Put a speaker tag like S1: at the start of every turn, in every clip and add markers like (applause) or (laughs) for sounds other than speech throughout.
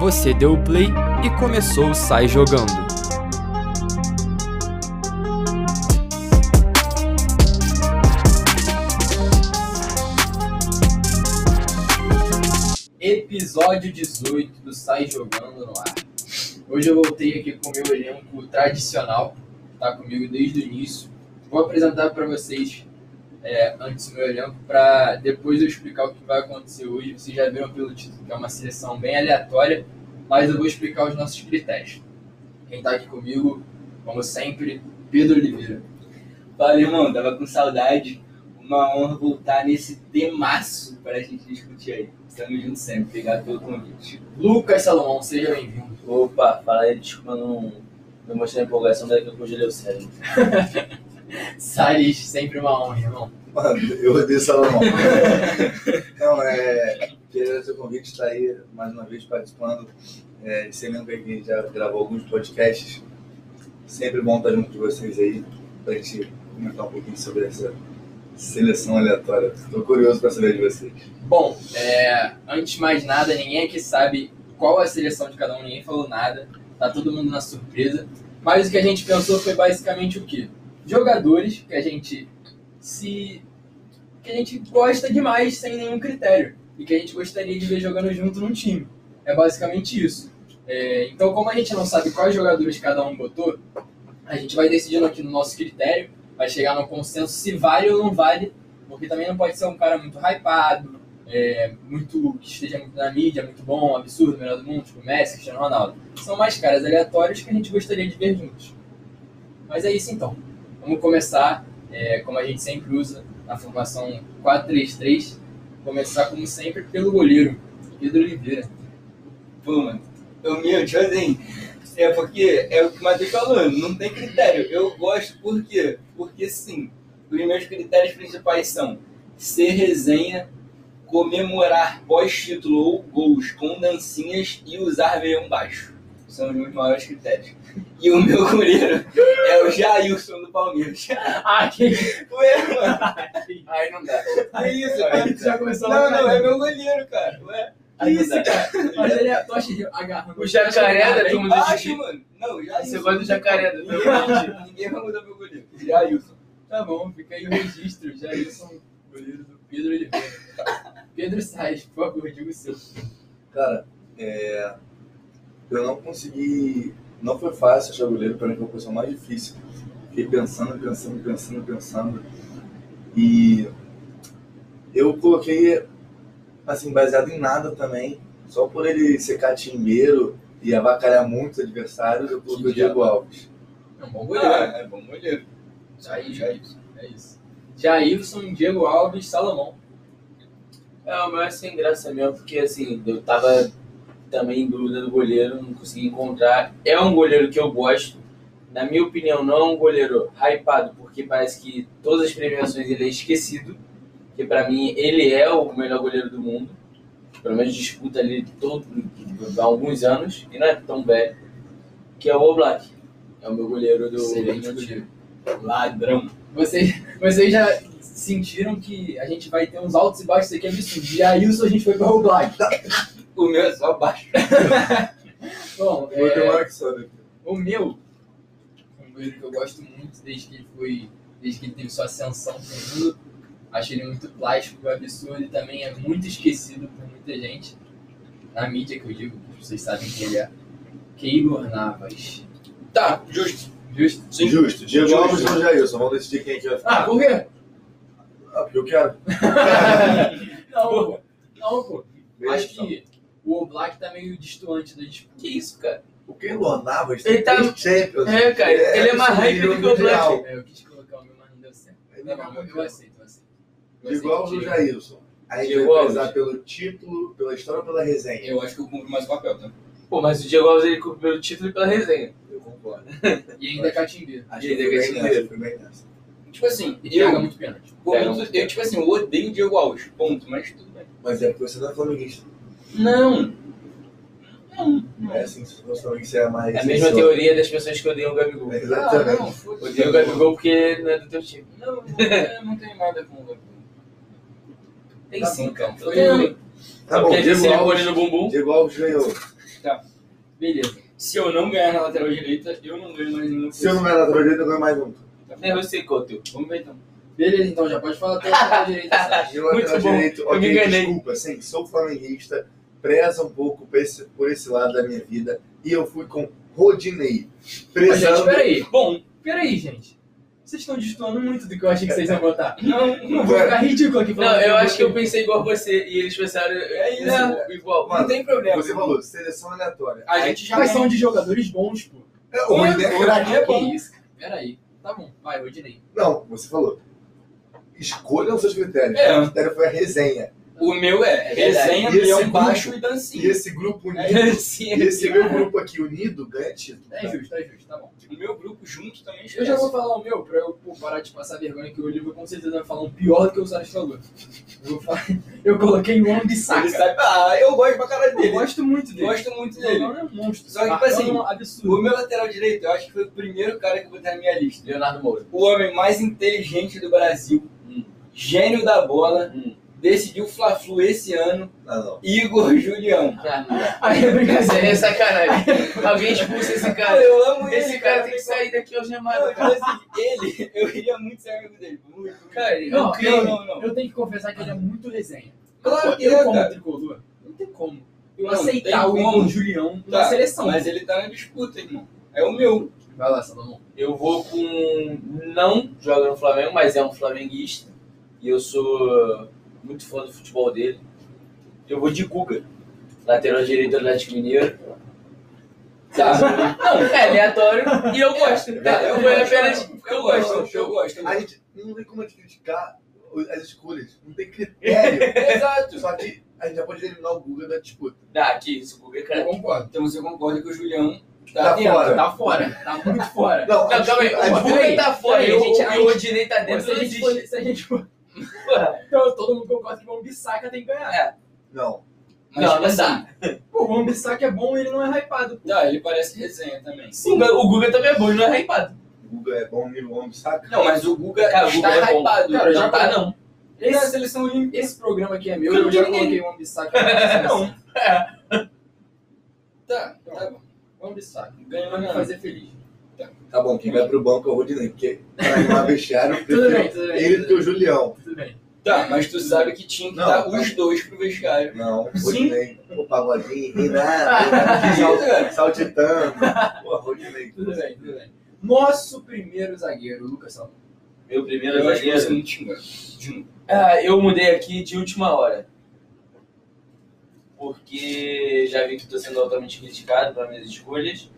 S1: Você deu o play e começou o Sai Jogando.
S2: Episódio 18 do Sai Jogando no Ar. Hoje eu voltei aqui com o meu elenco tradicional, que tá comigo desde o início. Vou apresentar para vocês é, antes o meu elenco, para depois eu explicar o que vai acontecer hoje. Vocês já viram pelo título que é uma seleção bem aleatória, mas eu vou explicar os nossos critérios. Quem está aqui comigo, como sempre, Pedro Oliveira.
S3: Valeu, irmão. Tava com saudade. Uma honra voltar nesse temaço para a gente discutir aí. Estamos juntos sempre. Obrigado pelo convite.
S2: Lucas Salomão, seja bem-vindo.
S4: Opa, fala aí, desculpa, não, não mostrei um, a empolgação daqui eu congelei o cérebro.
S2: Saris, sempre uma honra, irmão.
S5: Mano, (laughs) eu odeio Salomão. Não, é. Queria seu convite estar aí mais uma vez participando. É, você lembra que a gente já gravou alguns podcasts. Sempre bom estar junto de vocês aí pra gente comentar um pouquinho sobre essa seleção aleatória. Tô curioso pra saber de vocês.
S2: Bom, é, antes de mais nada, ninguém aqui sabe qual é a seleção de cada um, ninguém falou nada, tá todo mundo na surpresa. Mas o que a gente pensou foi basicamente o quê? Jogadores que a gente se. que a gente gosta demais sem nenhum critério. E que a gente gostaria de ver jogando junto num time. É basicamente isso. É, então, como a gente não sabe quais jogadores cada um botou, a gente vai decidindo aqui no nosso critério, vai chegar no consenso se vale ou não vale, porque também não pode ser um cara muito hypado, é, muito que esteja muito na mídia, muito bom, absurdo, melhor do mundo, tipo Messi, Cristiano Ronaldo. São mais caras aleatórios que a gente gostaria de ver juntos. Mas é isso então. Vamos começar, é, como a gente sempre usa, na formação 4-3-3. Começar, como sempre, pelo goleiro, Pedro Oliveira.
S3: Pô, mano. O meu, tipo assim, é porque é o que o Matheus falou, não tem critério. Eu gosto por quê? Porque sim, os meus critérios principais são ser resenha, comemorar pós-título ou gols com dancinhas e usar veião baixo. São os meus maiores critérios. E o meu goleiro é o Jailson do Palmeiras. (laughs)
S2: Ah, que
S3: Ué, mano,
S2: Aí não dá.
S3: que isso?
S2: Aí
S3: cara?
S2: tu já começou
S3: Não,
S2: logo
S3: não,
S2: aí.
S3: é meu goleiro, cara. Ué, que
S2: Aí não
S3: isso,
S2: dá.
S3: cara?
S2: Mas ele é tocha de agarra. né?
S4: O jacaré da turma do
S3: Baixo,
S4: Didi.
S3: mano. Não, Jailson.
S4: Você gosta do jacaré do
S3: Ninguém
S4: turma
S3: vai
S4: do Didi.
S3: mudar- Ninguém vai mudar
S2: (laughs)
S3: meu goleiro. Jailson.
S2: Tá bom, fica aí o registro. Já isso, goleiro do Pedro Oliveira. Pedro Salles, por favor, diga o seu.
S5: Cara, é, eu não consegui. Não foi fácil achar goleiro, para mim foi a posição mais difícil. Fiquei pensando, pensando, pensando, pensando. E eu coloquei, assim, baseado em nada também. Só por ele ser catimbeiro e avacalhar muitos adversários, eu coloquei o Diego Alves.
S2: É um bom
S3: Ah,
S2: goleiro.
S3: é bom goleiro.
S2: Aí, Jailson. É isso. Jailson, Diego Alves, Salomão.
S4: É, o meu é sem graça mesmo, porque assim, eu tava também em dúvida do goleiro, não consegui encontrar. É um goleiro que eu gosto. Na minha opinião, não é um goleiro hypado, porque parece que todas as premiações ele é esquecido. Que pra mim ele é o melhor goleiro do mundo. Pelo menos disputa ali todo, há alguns anos, e não é tão velho. Que é o Oblak. É o meu goleiro do. Ah,
S2: Excelente
S4: do-
S2: goleiro.
S3: Ladrão.
S2: Vocês, vocês já sentiram que a gente vai ter uns altos e baixos aqui absurdos. Jailson, a gente foi para o Black.
S3: O meu é só baixo.
S2: Bom,
S5: Vou ter
S2: é,
S5: uma hora que sobe aqui.
S2: O meu, um goleiro que eu gosto muito desde que ele foi. Desde que ele teve sua ascensão pro mundo. Acho ele muito plástico, absurdo e também é muito esquecido por muita gente. Na mídia que eu digo, vocês sabem quem ele é. Keylor Navas.
S3: Tá, justo.
S2: Justo?
S3: Sim.
S5: Justo, Diego
S3: Justo.
S5: Alves ou Jailson? Vamos decidir quem é que vai
S2: Ah,
S5: ficar.
S2: por quê?
S5: Ah, porque eu quero.
S2: Não, pô. Não, pô.
S5: Beleza, então.
S2: Acho que o Oblak tá meio distante da disputa.
S4: Que isso, cara?
S5: O Keylor Navas
S4: Ele tá-
S5: três Champions.
S4: É, cara, ele é mais hype do que o Black.
S5: Mundial.
S2: É, eu quis colocar o meu, mas não deu certo.
S5: Ele
S2: Tá
S5: é
S2: bom, eu,
S5: campeão.
S2: eu aceito, eu aceito. Eu aceito
S5: Igual
S2: o
S5: o
S2: Diego.
S5: Jailson. A gente
S4: Diego
S5: vai
S4: Alves.
S5: prezar pelo título, pela história ou pela resenha?
S3: Eu acho que eu cumpro mais o papel, tá?
S4: Pô, mas o Diego Alves ele cumpriu pelo título e pela resenha.
S5: Eu concordo.
S2: E ainda é catimbeiro.
S5: Acho que
S4: Ele
S5: foi
S4: é
S5: bem
S4: brasileiro.
S5: nessa, foi bem nessa.
S3: Tipo assim,
S2: E é,
S3: eu,
S2: pega muito pênalti.
S3: por muito- eu, tipo assim, eu odeio o Diego Alves, ponto, mas tudo bem.
S5: Mas é porque você não é flamenguista.
S3: Não,
S5: É assim, se você fosse flamenguista, é mais...
S4: É a mesma
S5: sensível.
S4: teoria das pessoas que odeiam o Gabigol.
S2: Ah,
S5: Exatamente.
S2: não, foda-se.
S4: Odeia o Gabigol porque não é do teu time.
S2: Não, não, eu não tenho nada com o Gabigol.
S4: Tem
S2: Tá
S4: sim,
S2: bom,
S4: cara.
S2: foi-
S4: Tem.
S5: Tá
S4: Só
S5: bom, um
S4: porque ele
S5: Diego
S4: se
S5: Alves,
S4: no bumbum.
S5: Diego Alves ganhou.
S3: tá? Beleza. Se eu não ganhar na lateral direita, eu não ganho mais nenhum.
S5: Se eu não ganhar na lateral direita, eu ganho mais um.
S4: Nem É você, Couto.
S3: Vamos ver então.
S2: Beleza, então já pode falar até o final direito, Sá. (laughs)
S5: E o lateral
S3: Muito bom,
S5: direito,
S3: eu
S5: ok,
S3: me enganei.
S5: desculpa, sim, sou flamenguista, preza um pouco por esse, por esse lado da minha vida e eu fui com Rodinei.
S2: Mas, gente,
S5: Prezando.
S2: peraí.
S3: Bom,
S2: Peraí, gente. Vocês estão destoando muito do que eu achei que vocês iam votar.
S3: não,
S2: (laughs) Não vou ficar ridículo aqui falando.
S4: Não, eu acho que eu pensei igual você e eles pensaram é isso,
S5: Não.
S4: igual. (laughs)
S5: Mano,
S3: não tem problema.
S5: Você falou, seleção aleatória.
S3: A gente já
S2: Mas
S3: ganhou.
S2: são de jogadores bons, pô.
S5: É, o Rodinei é craque.
S2: Que isso, cara. Peraí. Tá bom, vai, Rodinei.
S5: Não, você falou. Escolham seus critérios.
S3: É.
S5: O critério foi a resenha.
S3: O meu é,
S4: É verdade.
S3: resenha,
S5: E esse
S3: leão
S5: grupo?
S3: baixo e
S5: E
S3: dancinha.
S5: esse grupo unido,
S3: É dancinha.
S5: e esse meu grupo aqui unido ganha título.
S2: É justo, é justo, tá bom.
S3: O Tipo, meu grupo junto também
S2: Eu já vou falar o meu, pra eu pô, parar de passar vergonha, que o Oliva com certeza vai falar um pior do que o Salles falou. Eu, vou falar- (laughs) eu coloquei um o Wong
S3: Ele
S2: Saka.
S3: sabe- Ah, eu gosto pra caralho
S2: Eu
S3: dele.
S2: gosto muito dele.
S3: Gosto muito
S2: O
S3: dele.
S2: Leonardo é um monstro.
S3: Só que, tipo
S2: Marcão
S3: assim,
S2: é um absurdo.
S3: O meu lateral direito, eu acho que foi o primeiro cara que eu botei na minha lista.
S4: Leonardo Moura.
S3: O homem mais inteligente do Brasil, gênio da bola,
S4: Hum.
S3: decidiu Fla-Flu esse ano,
S5: Ah, Não, não.
S3: Igor Julião.
S4: Ah, não dá.
S2: Aí é
S4: Essa
S2: brincadeira.
S4: é sacanagem. Alguém expulsa esse cara.
S3: eu amo ele,
S4: Esse cara tem que sair daqui ao
S3: Não,
S4: gemado.
S3: eu falei assim, ele, eu iria muito ser amigo dele. Muito, muito.
S4: Cara, é
S2: Não,
S4: um crime.
S3: não, não.
S2: Eu tenho que confessar que ele é muito resenha.
S3: Claro que
S2: eu,
S3: é,
S2: como
S3: cara.
S2: tricolor, não tem como. Eu
S3: Não,
S2: aceitar
S3: tem
S2: o Igor
S3: como.
S2: Julião na
S3: Tá,
S2: seleção.
S3: Mas ele tá na disputa, irmão. É o meu.
S2: Vai lá, Salomão.
S4: Eu vou com. Não joga no Flamengo, mas é um flamenguista. E eu sou muito fã do futebol dele. Eu vou de Guga, lateral direito do Atlético Mineiro.
S2: (laughs)
S3: Tá.
S4: Não, é aleatório e eu gosto. tá? Eu
S2: É,
S4: vou apenas. Eu gosto.
S3: eu gosto. eu
S5: A
S3: gosto.
S5: gente não tem como criticar as escolhas. Não tem critério.
S3: Exato.
S5: Só que a gente já pode eliminar o Guga da tipo, disputa.
S4: Dá, que isso, Guga, é
S2: Eu
S4: cara.
S2: concordo.
S3: Então você concorda que o Julião
S5: Tá
S3: tá, dentro.
S5: fora.
S2: Tá fora. Tá muito fora.
S5: Não, a
S4: Não, calma
S2: é,
S4: aí.
S5: disputa- a
S4: O
S5: disputa-
S4: Guga tá fora e
S2: Eu-
S4: a gente-
S2: eu-
S4: e o Rodinei tá
S2: Pô, se,
S4: dentro.
S2: a
S4: não
S2: gente
S4: existe.
S2: for, se a gente for... (laughs)
S4: Porra,
S2: Então, todo mundo concorda que o Wong Saka tem que ganhar.
S4: é.
S5: Não.
S3: Mas,
S4: Não,
S3: tipo
S4: não
S3: assim,
S4: dá.
S2: Pô, o Wong Saka é bom e ele não é hypado.
S3: Tá, ele parece resenha também.
S4: O Guga- O Guga também é bom e não é hypado.
S5: O Guga é bom, nível homem, saca?
S3: Não, mas o Guga
S4: É, o Guga
S3: está
S4: é bom.
S3: hypado.
S2: Tá Cara, eu já
S4: Não tá, não.
S3: Ele é a
S2: Esse,
S3: seleção olímpica.
S2: esse programa aqui é meu,
S4: Não
S2: eu já
S4: tem
S2: coloquei
S4: ninguém.
S2: o Wong Saka (laughs) na seleção. é.
S3: Tá, tá bom.
S2: Wong Saka.
S3: Ganhou
S2: Vai me
S3: não.
S2: fazer feliz.
S5: Tá bom, quem vai pro banco é o Rodinei, porque pra animar vestiário, eu
S2: Tudo
S5: prefiro
S2: bem, tudo bem.
S5: ele do que o Julião.
S2: Tudo bem.
S3: Tá, mas tu sabe que tinha que
S5: Não,
S3: dar
S5: tá.
S3: os dois pro vestiário.
S5: Não,
S3: Sim.
S5: Rodinei, o Pagodinho, Renato, Renato
S3: Que isso,
S5: né? sal,
S3: cara?
S5: saltitando. Pô, Rodinei.
S2: Tudo bem, tudo bem. Nosso primeiro zagueiro, Lucas Salomão.
S4: Meu primeiro
S3: Eu acho que você
S4: zagueiro.
S3: não tinha.
S4: Ah, eu mudei aqui de última hora. Porque já vi que estou sendo altamente criticado pelas minhas escolhas.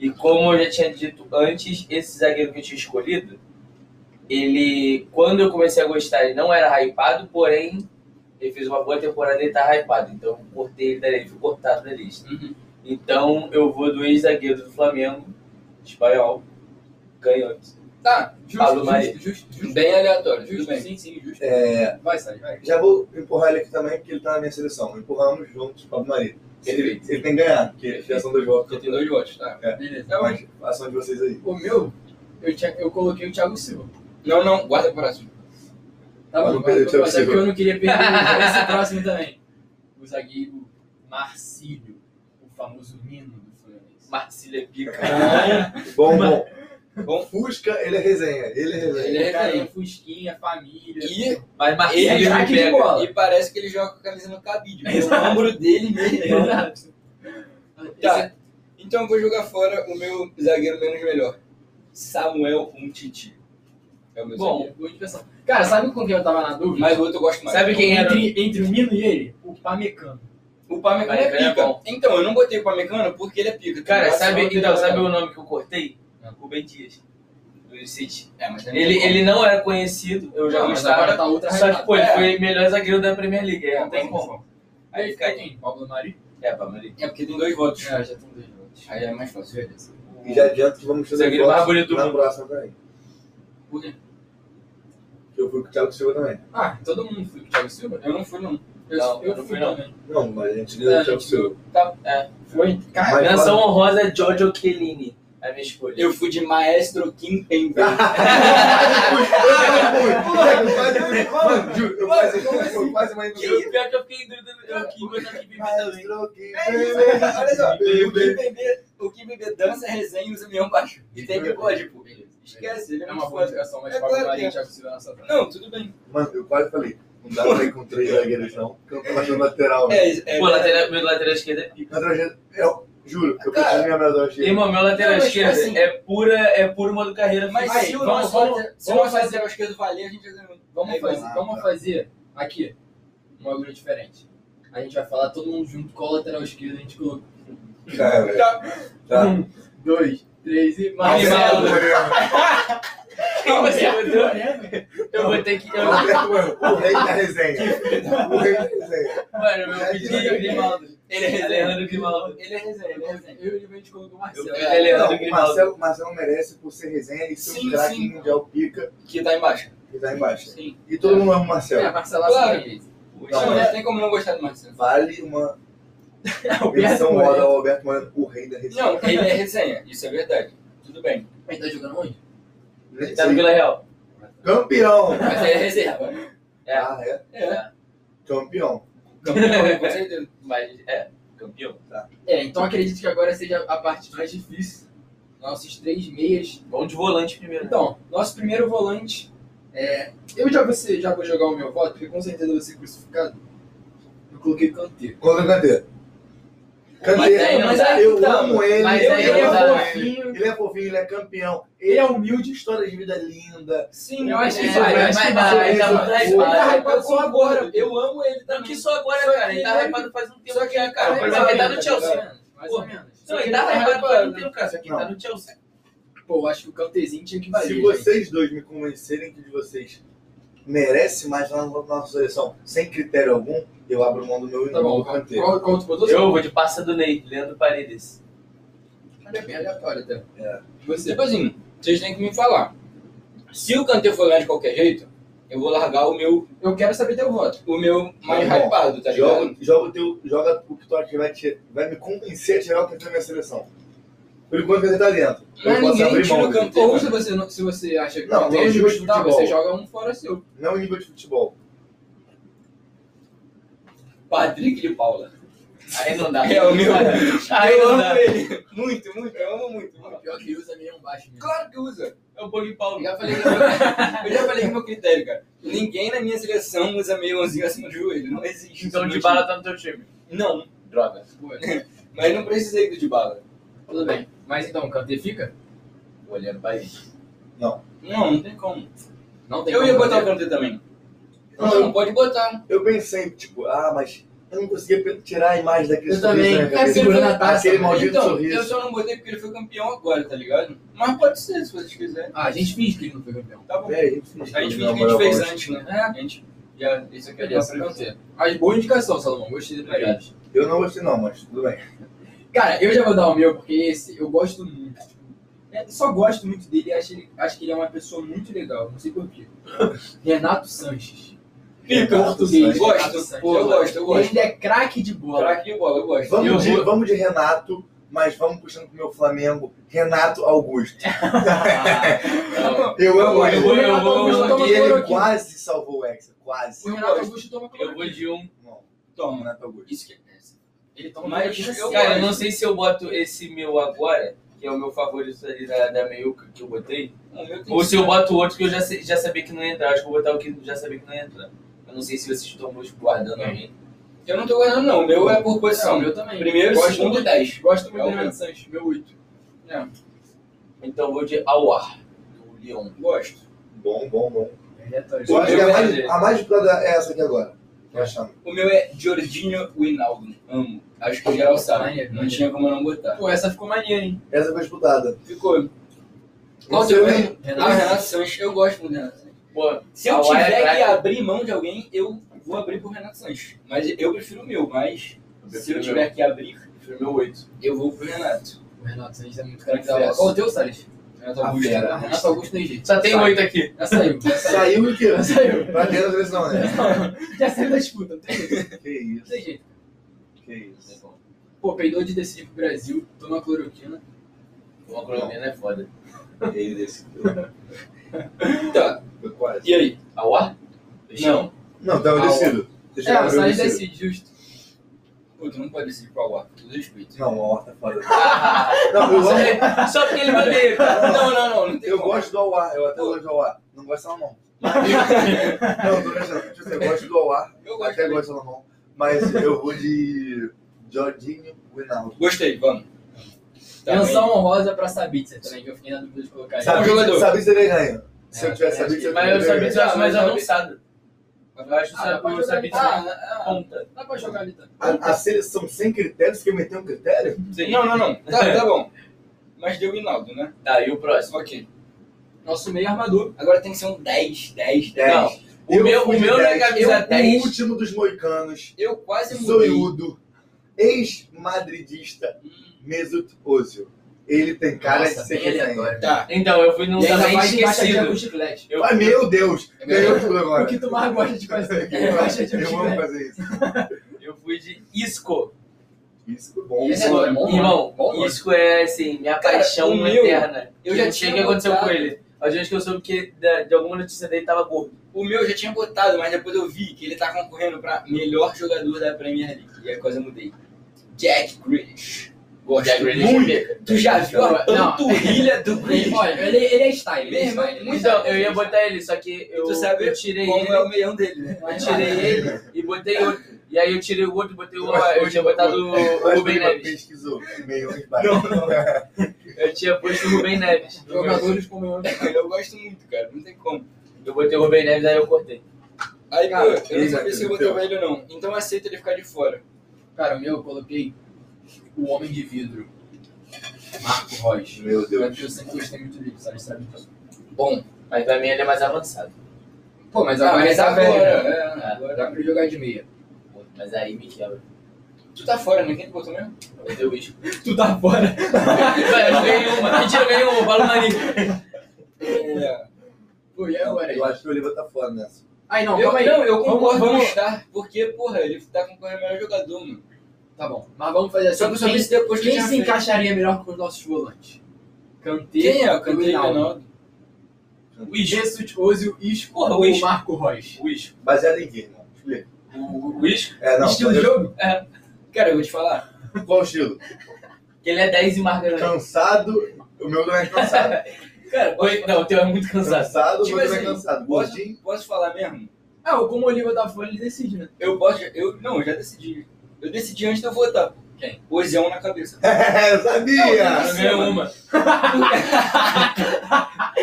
S4: E como eu já tinha dito antes, esse zagueiro que eu tinha escolhido, ele, quando eu comecei a gostar, ele não era hypado, porém, ele fez uma boa temporada e ele tá hypado. Então, eu cortei ele da lista, fui cortado da lista.
S3: Uhum.
S4: Então, eu vou do ex-zagueiro do Flamengo, espanhol, canhoto.
S3: Tá,
S4: Pablo
S3: justo,
S4: Maria.
S3: justo, justo, justo. Bem aleatório,
S2: Justo,
S3: tudo bem.
S2: sim, sim, justo.
S5: É,
S2: Vai, Salles, vai.
S5: já vou empurrar ele aqui também, porque ele tá na minha seleção. Empurramos juntos para o Maria. Ele, ele tem que ganhar, porque já são dois votos.
S3: Você tem dois votos, tá?
S5: É.
S3: Beleza. Então,
S5: Mas façam de vocês aí.
S2: O meu, eu, tinha- eu coloquei o Thiago Silva.
S3: Não, não, guarda o próximo.
S2: Tá
S5: Mas
S2: bom,
S5: não perdeu o Thiago
S2: mas é
S5: Silva.
S2: porque eu não queria perder esse é próximo também. O zagueiro Marcílio, o famoso Nino do Fluminense.
S4: Marcília Pica.
S5: Bom, bom.
S3: Bom.
S5: Fusca, ele é resenha. Ele é resenha.
S3: Ele é
S2: Cara,
S3: resenha.
S2: Fusquinha, família.
S3: E,
S4: Mas
S3: Ele é
S4: Marcília me
S2: craque de
S4: pega.
S2: bola. Fala.
S3: e parece que ele joga com a camisa no
S4: É
S3: cabide. porque é O
S2: Exato.
S3: ombro dele mesmo.
S2: Exato. (laughs)
S3: Tá. Então eu vou jogar fora o meu zagueiro menos melhor. Samuel Umtiti. É o meu
S2: Bom,
S3: zagueiro.
S2: boa indicação. Cara, sabe com quem eu tava na dúvida?
S3: Mas o outro eu gosto mais.
S4: Sabe quem era?
S2: entre, entre o Nino e ele? O Pamecano.
S3: O Pamecano é
S4: Pamecano é
S3: pica.
S4: bom.
S3: então, eu não botei o Pamecano porque ele é pica.
S4: (laughs) Cara,
S3: Nossa,
S4: sabe,
S3: não tem
S4: então,
S3: nada.
S4: sabe o nome que eu cortei? Rubem Dias, do City.
S3: É, mas também
S4: Ele,
S3: é bom.
S4: ele não era conhecido, eu já
S2: Não, mas agora
S4: gostava.
S2: tá outra
S4: Só que, pô, ele
S3: É.
S4: foi o melhor zagueiro da Premier League, é,
S3: É,
S4: não tem
S3: bom,
S4: como. Aí
S2: Aí fica quem? Pablo Mari?
S4: É, Pablo
S3: É porque tem dois votos.
S2: Ah, já tem dois votos.
S3: Aí é mais fácil.
S2: Beleza.
S5: E já adianto que vamos fazer
S4: Zagueiro mais bonito do
S5: na
S4: mundo.
S5: próxima também.
S3: Por quê?
S5: Eu fui com o Thiago Silva também.
S2: Ah, todo mundo foi com o Thiago Silva?
S3: Eu não fui, não. Tá,
S2: Eu,
S4: Não,
S2: eu
S4: não
S2: fui
S4: fui, não.
S2: também.
S5: Não, mas a gente
S2: É,
S5: deu
S2: a
S5: o
S2: (laughs)
S5: Thiago
S2: gente
S5: Silva.
S4: É.
S2: Foi? Cara,
S5: Mas
S4: Menção honrosa Giorgio Chiellini. a minha escolha.
S3: Eu fui de Maestro Kim
S2: (laughs)
S3: Pembe.
S5: Mano, juro, eu quase-
S3: Mano, como assim?
S5: eu quase mais
S4: Eu, pior que eu fiquei em dúvida, eu
S3: Kim.
S4: quis botar aqui bebida também.
S5: Maestro Kim
S3: É isso,
S5: Bebê.
S3: olha
S2: (laughs)
S3: só,
S5: Bebê.
S3: o Kim Pembe, o Kim Pembe dança, resenha e usa mião baixo. E tem que pode, pô. tipo, Esquece, ele
S2: É
S3: é muito
S2: uma boa
S3: foda.
S2: indicação, mas
S3: É
S2: Fábio
S3: claro que
S2: Marinho
S3: é.
S2: já conseguiu na nossa frente.
S3: Não, tudo bem.
S5: Mano, eu quase falei. Não dá pra ir com três zagueiros, não. Porque eu tô achando lateral. né? velho.
S3: É, é,
S4: Pô, lateral, meu lateral esquerdo é pica.
S5: Na trajetória- Eu juro, eu
S3: Cara,
S5: preciso me abraçar assim. cheio.
S4: Irmão, meu lateral
S3: Não, mas,
S4: esquerdo
S3: assim,
S4: é pura, é puro modo carreira.
S3: Mas
S4: filho.
S3: se o
S2: vamos-
S3: nosso
S2: vamos-
S3: lateral- se o
S2: vamos
S3: nosso
S2: fazer-
S3: lateral esquerdo valer, a gente já ganhou.
S2: Vamos
S3: Aí,
S2: fazer,
S5: vamos lá,
S2: vamos
S5: tá.
S2: fazer aqui um bagulho diferente. A gente vai falar todo mundo junto com a lateral esquerda, a gente colocou.
S5: Cara, tá.
S2: Um, dois, três e
S5: Marcelo
S2: Marcelo.
S5: Moreno.
S4: Quem (laughs) você botou? Eu vou ter que. Eu,
S5: Tá O rei da resenha. O rei da resenha.
S4: mano, meu pedido é Grimaldo.
S3: Ele é resenha.
S4: Leandro Grimaldo.
S3: Ele é resenha, ele é resenha.
S2: Eu e o Livinho, a gente colocou o Marcelo.
S4: Eu- eu- Ele é
S5: Não,
S4: do
S5: o
S4: Grimaldo.
S5: Marcelo, o Marcelo merece por ser resenha e ser
S3: Sim,
S5: um craque
S3: sim.
S5: mundial pica
S3: Que tá embaixo.
S5: que tá embaixo.
S3: Sim.
S5: E todo mundo ama o Marcelo.
S2: É, Marcelo
S3: Claro.
S2: Assunção.
S3: Não,
S5: mas-
S3: não tem como não gostar do Marcelo.
S5: Vale uma
S3: (laughs)
S2: Alberto
S5: menção
S2: Moreira.
S5: roda ao Alberto Moreno, o rei da resenha.
S3: Não, ele é resenha, isso é verdade. Tudo bem.
S2: Ele tá jogando onde?
S5: Nem
S4: Tá no
S5: sei.
S4: Vila Real.
S5: Campeão!
S3: Mas ele é reserva.
S2: (laughs)
S4: É.
S5: Ah, é?
S3: É.
S5: Campeão.
S3: Campeão, com certeza.
S4: Mas é, campeão.
S2: É, então acredito que agora seja a parte mais difícil. Nossos três meias.
S4: Vamos de volante primeiro. né?
S2: Então, nosso primeiro volante. É, eu já vou, ser- já vou jogar o meu voto, porque com certeza eu vou ser crucificado. Eu coloquei o canteiro.
S5: Contra o Kantê.
S4: Mas aí
S5: Kantê,
S4: não
S3: mas
S4: dá.
S3: aí
S5: eu
S3: tá,
S5: amo ele.
S4: Mas
S5: eu
S4: aí
S5: amo
S4: não dá.
S5: ele. Ele é fofinho, ele é campeão. Ele é humilde, história de vida linda.
S3: Sim,
S2: Eu acho que
S3: é,
S2: vai,
S3: eu
S2: vai,
S3: acho
S2: vai,
S3: que vai.
S2: vai,
S3: Tá
S2: vai,
S3: bom,
S2: vai,
S3: tá bom.
S2: vai.
S3: Tá hypado só agora. Eu amo ele
S4: Não, que
S3: também.
S4: só agora,
S3: Só
S4: cara.
S3: que
S4: Ele tá
S3: ele-
S4: hypado faz um tempo.
S3: Só que, cara,
S4: já, cara.
S3: mais
S4: Mas
S3: ou
S4: ele tá
S3: menos, tá
S4: no Chelsea.
S3: ligado?
S2: Mais
S4: Pô,
S2: ou menos. Só
S4: Não,
S2: que
S4: ele tá
S2: hypado
S4: hypado faz um
S2: né?
S4: tempo, cara. Só que ele tá no Chelsea.
S2: Pô, acho que o cantezinho tinha que valer.
S5: Se
S2: gente.
S5: vocês dois me convencerem que de vocês merece mais na na nossa seleção, sem critério algum, eu abro mão do meu
S2: Tá bom,
S5: irmão,
S2: qual,
S5: Kantê.
S2: qual, qual tu botou?
S4: Eu vou de passa do Ney, Leandro Paredes.
S2: É bem aleatório até.
S5: É.
S2: Você.
S3: Tipo assim, vocês têm que me falar. Se o Kanté for ganhar de qualquer jeito, eu vou largar o meu,
S2: Eu quero saber teu voto.
S3: o meu mais
S5: Tá bom.
S3: hypado, tá ligado?
S5: Joga, joga, o teu, joga o que tu acha que vai, te- vai me convencer a tirar o Kantê da minha seleção. Por enquanto ele tá dentro.
S2: é
S5: Eu
S3: Mas
S5: posso
S3: ninguém
S5: abrir
S3: tira
S5: mão.
S3: o Kanté.
S2: Ou
S3: mano.
S2: se você, não- se você acha que
S5: Não,
S2: não, tem
S5: não,
S2: justo,
S5: justo,
S2: tá,
S5: futebol.
S2: você joga um fora seu.
S5: Não é nível de futebol.
S3: Patrick de Paula.
S4: Aí não dá.
S3: (laughs) É o meu.
S4: Aí
S3: eu
S4: Ah, não
S3: amo
S4: dá.
S3: ele. Muito, muito, eu amo muito. muito.
S2: Pior que usa meio um baixo mesmo.
S3: Claro que usa.
S4: É o Bug
S3: Eu
S4: Paulo.
S3: já falei que eu, eu já falei que é o meu critério, cara. Ninguém na minha seleção usa meiãozinho acima do joelho. Não existe.
S4: Então
S3: Não
S4: de
S3: existe.
S4: bala tá no teu time.
S3: Não.
S4: Droga.
S3: Mas não precisei do de bala.
S2: Tudo bem. Mas então, o Kanté fica?
S4: Olhando Paredes.
S3: Não, não tem como.
S2: Não tem
S3: Eu
S2: como
S3: ia botar o
S4: né?
S2: fazer.
S3: Kanté também.
S5: um Não,
S3: Não, pode botar.
S5: Eu pensei, tipo, ah, mas eu não conseguia pe- tirar a imagem daquele
S2: Eu também.
S5: na minha
S2: É
S5: cabeça.
S2: segurando a taça, né?
S5: Aquele
S2: mano.
S5: maldito
S3: Então, eu
S5: sorriso.
S3: só não botei porque ele foi campeão agora, tá ligado? Mas pode ser, se vocês quiserem.
S2: Ah, a gente finge que ele não foi campeão.
S3: Tá bom.
S5: É, enfim,
S3: A gente finge que
S5: não,
S3: a gente fez
S5: mas-
S3: antes, né?
S2: É.
S3: A gente já. Isso aqui é
S2: Ele ia ser
S3: nosso
S2: o Kanté. Mas boa indicação, Salomão. Gostei do
S4: Obrigado.
S2: presente.
S5: Eu não gostei não, mas tudo bem.
S2: Cara, eu já vou dar o meu, porque esse eu gosto muito. tipo, é, só gosto muito dele e acho, ele- acho que ele é uma pessoa muito legal. Não sei porquê. Renato Sanches.
S5: É,
S3: Pica.
S2: Português.
S3: Gosto,
S2: Renato Sanches.
S3: pô, eu gosto, eu gosto.
S2: Ele é craque de bola.
S3: Craque de bola, eu gosto.
S4: Eu
S5: Vamos, de,
S4: vou-
S5: vamos de Renato, mas vamos puxando pro meu Flamengo. Renato Augusto.
S3: (laughs)
S5: Eu amo
S3: Eu
S5: ele.
S4: vou- eu vou-
S2: Renato Augusto toma
S5: E ele
S2: coroa aqui.
S5: quase salvou o Hexa. Quase.
S2: O
S3: Eu
S2: Renato
S3: gosto.
S2: Augusto toma
S4: Eu
S2: cloroquina.
S4: vou de um.
S5: Não,
S3: Toma. né?
S5: Renato Augusto.
S3: Isso que é.
S2: Ele toma
S3: Mas
S2: cloroquina
S3: eu
S2: sim.
S4: Cara,
S3: gosto.
S4: eu não sei se eu boto esse meu agora, que é o meu favorito ali da, da meiuca que eu botei,
S3: O meu tem
S4: ou se eu
S3: que-
S4: boto outro que eu já, sei- já sabia que não ia entrar. Acho que eu vou botar o que já sabia que não ia entrar. Eu não sei se vocês estão hoje guardando alguém.
S3: Eu não tô guardando, não. O meu é por posição.
S2: Não, o meu também.
S3: Primeiro,
S2: Gosto
S3: segundo e
S2: muito.
S3: dez.
S2: Gosto muito
S3: É o
S2: do Renato
S3: meu.
S2: Sanches, meu 8.
S3: né? É.
S4: Então eu vou de Awar, do Lyon.
S3: Gosto.
S5: Bom, bom, bom. Eu
S3: O
S5: acho que
S3: meu
S5: a
S3: é
S5: mais,
S4: dele.
S5: a mais dificultada é essa aqui agora. Tô achando.
S3: O meu é Jorginho Winaldo. Amo. Acho que o geral sabe.
S2: Maneiro,
S3: Não
S2: maneiro.
S3: tinha como eu não botar.
S2: Pô, essa ficou maneira, hein?
S5: Essa foi disputada.
S3: Ficou.
S5: Não
S3: Qual
S5: sei
S3: teu
S5: nem-
S3: mesmo? Ah, Renato Sanches. Eu gosto muito do Renato Sanches.
S4: Pô,
S3: Se eu
S4: Awar é
S3: tiver que
S4: craque.
S3: abrir mão de alguém, eu vou abrir pro Renato Sanches. Mas eu prefiro o meu. Mas se eu
S4: prefiro
S3: tiver que abrir,
S4: meu- prefiro meu 8.
S3: eu vou pro Renato.
S2: O Renato Sanches é muito craque
S3: craque da
S2: da
S3: bola.
S2: Qual o teu, Salles?
S3: Renato
S5: A
S3: Augusto.
S5: fera.
S2: Renato Augusto tem jeito.
S4: Só tem
S2: Sai.
S4: 8 aqui.
S2: Já saiu. Já saiu.
S5: Saiu o quê?
S2: Já saiu.
S5: Pra ter a seleção, (laughs) né?
S2: Já saiu da disputa. Não tem jeito.
S5: Que
S2: Não
S5: isso,
S2: tem jeito.
S5: que isso.
S2: É Pô, peidou de decidir pro Brasil, toma cloroquina.
S4: Uma colombiana é foda.
S5: Ele decidiu.
S2: Tá.
S5: Foi quase.
S2: E aí?
S4: Auá?
S2: Não.
S5: Não, tá, tava
S2: Ah,
S5: decidido. Vocês
S2: É,
S5: chegaram
S2: o Salles
S5: decidido.
S2: decide, justo. Pô, tu não pode decidir qual ar, tudo respeito.
S5: Não, a horta
S2: (laughs)
S5: é foda.
S4: Ah,
S5: Não, eu, amo-
S4: (laughs) só porque ele vai
S2: Não, não, não, não tem
S5: eu
S2: como.
S5: gosto do Auá, eu até
S2: Pô.
S5: gosto do Auá. Não gosto
S2: (laughs)
S5: da mão. não, tô pensando. Tipo assim, eu gosto do Auá,
S2: Eu
S5: eu
S2: gosto.
S5: até gosto da mão. Mas eu vou de Jorginho Winaldo.
S3: Gostei, vamos. Tá
S2: Menção
S3: bem.
S4: um
S2: honrosa pra Sabitzer também, que eu fiquei na dúvida de colocar ele.
S5: Sabe,
S2: É um jogador.
S5: sabe se ele ganha. Se
S2: É,
S5: eu tivesse
S2: eu
S5: sabido,
S4: Mas eu sabia que eu acho mais
S2: Mas eu-
S4: avançado. Eu acho
S2: Ah, dá
S4: que
S2: pra
S4: eu
S3: Tá
S2: jogar
S4: sabia
S2: ali.
S4: que
S2: Ah,
S4: você
S2: ah,
S4: conta.
S2: dá pra jogar ali também.
S5: A, a seleção sem critérios, que meteu um critério?
S3: Não, não, não.
S4: É.
S3: Tá, tá bom. Mas deu o Hinaldo, né?
S4: Tá, e o próximo?
S3: Ok.
S2: Nosso meio armador.
S3: Agora tem que ser um 10, 10, 10.
S4: Não, o
S5: Eu
S4: meu,
S5: fui
S4: o meu
S5: de
S4: não é
S5: 10.
S4: camisa
S5: Eu-
S4: 10.
S5: O último dos moicanos,
S3: Eu quase mudei.
S5: zoiudo, ex-madridista, Mesut Ozil. Ele tem cara
S2: Nossa,
S5: de ser
S2: bem
S5: resenha.
S2: aleatório.
S3: Tá.
S4: Então, eu fui num
S2: E ainda
S4: também
S2: vai é encaixadinha com
S4: esquecido.
S2: chiclete.
S4: Eu, tá
S5: Ai, meu Deus,
S2: É
S5: ganhou
S2: melhor-
S5: tudo
S2: O
S5: agora.
S2: que tu mais gosta de fazer?
S5: (laughs) Eu é
S2: Gosta de um
S5: eu amo
S2: (laughs) chiclete.
S5: fazer isso.
S4: eu fui de Isco.
S5: Isso foi bom.
S2: Esse é bom, bom,
S4: Irmão,
S2: bom, bom.
S4: Isco é assim, minha
S3: Cara,
S4: paixão
S3: o meu,
S4: eterna.
S3: eu
S4: Eu
S3: já
S4: já sei o que
S3: tinha
S4: aconteceu com
S3: botado.
S4: ele. A gente que eu soube que da- de alguma notícia dele tava gordo.
S3: O meu eu já tinha botado, mas depois eu vi que ele tá concorrendo pra melhor jogador da Premier League. E aí quase eu mudei. Jack Grealish. Gosto
S4: Jack Grealish é
S3: muito.
S4: pica.
S3: Tu já viu a
S4: Não.
S3: panturrilha do Grealish?
S2: Olha, ele, ele é style, ele é
S3: Meu irmão,
S2: style.
S3: muito
S4: Então, eu ia
S2: Ele é
S4: botar ele, só que eu,
S3: tu sabe
S4: eu tirei
S3: Como
S4: ele.
S3: é o meião dele, né?
S4: Eu tirei ele e botei outro. E aí eu tirei o outro e
S5: (laughs)
S4: botei o. Eu tinha botado o
S5: Mas
S4: Rubem
S5: ele
S4: Neves.
S5: pesquisou. Meio não,
S4: Eu tinha posto o Rubem Neves.
S2: Jogadores como eu.
S3: Eu gosto muito, cara. Não tem como.
S4: Eu botei o Rubem Neves, aí eu cortei.
S3: Aí,
S2: Cara,
S3: cara, eu não sabia
S5: ele
S3: se eu
S5: acreditou.
S3: botava ele ou não. Então aceita ele ficar de fora.
S2: Cara, o meu, eu coloquei o Homem de Vidro. Marco Reus.
S5: Meu Deus.
S2: Eu sempre gostei muito dele, sabe? sabe disso.
S3: Bom.
S4: Mas pra mim ele é mais avançado.
S2: Pô, mas
S3: Ah,
S2: agora
S3: mas
S2: ele tá
S3: agora,
S2: velho.
S3: é,
S2: né?
S3: agora.
S2: Dá pra ele jogar de meia.
S4: Mas aí me quebra.
S3: Tu tá fora, né? Quem tu botou mesmo?
S4: Eu botei o Isco.
S2: Tu tá fora.
S4: Mas eu ganhei uma. Mentira, eu ganhei uma. Fala o Marinho.
S3: É.
S2: Pô, e agora?
S5: Eu acho que o Oliva tá fora nessa.
S2: Aí não,
S3: eu,
S2: calma aí.
S3: não, eu
S2: Vamos,
S3: concordo com o
S2: vamos...
S3: Star, porque, porra, ele tá concorrendo ao melhor jogador, mano.
S2: Tá bom, mas vamos fazer assim.
S3: Só que eu só vi isso depois que
S2: Quem
S3: eu
S2: se
S3: tinha feito.
S2: encaixaria melhor com os nossos volantes? Kanté
S3: Quem é? O Kanté
S2: e
S3: e o
S2: Ronaldo.
S3: Ronaldo.
S2: O Jesus Ozil, Isco
S4: Porra, o
S2: ou o
S4: Isco.
S2: Marco Reus?
S4: O Isco.
S5: Baseado em quê, irmão? Explica.
S4: O o Isco,
S5: É, não.
S2: Estilo de
S5: eu-
S2: jogo?
S3: Cara, eu vou te falar.
S5: Qual o estilo?
S4: que ele é 10 e marca ganha.
S5: Cansado. O meu não é cansado.
S3: Cara,
S4: Oi, não, o teu é muito cansado.
S5: Cansado, o
S3: Tipo
S5: meu não é
S3: assim,
S5: cansado.
S3: posso,
S5: Gordinho. (laughs)
S3: posso falar mesmo?
S2: Ah, o como o Oliva tá fora, ele decide, né?
S3: Eu posso. Eu, não, eu já decidi. Eu decidi antes de eu votar.
S2: Quem?
S3: Ozião na cabeça.
S5: É, eu sabia!
S4: Eu ganhei uma.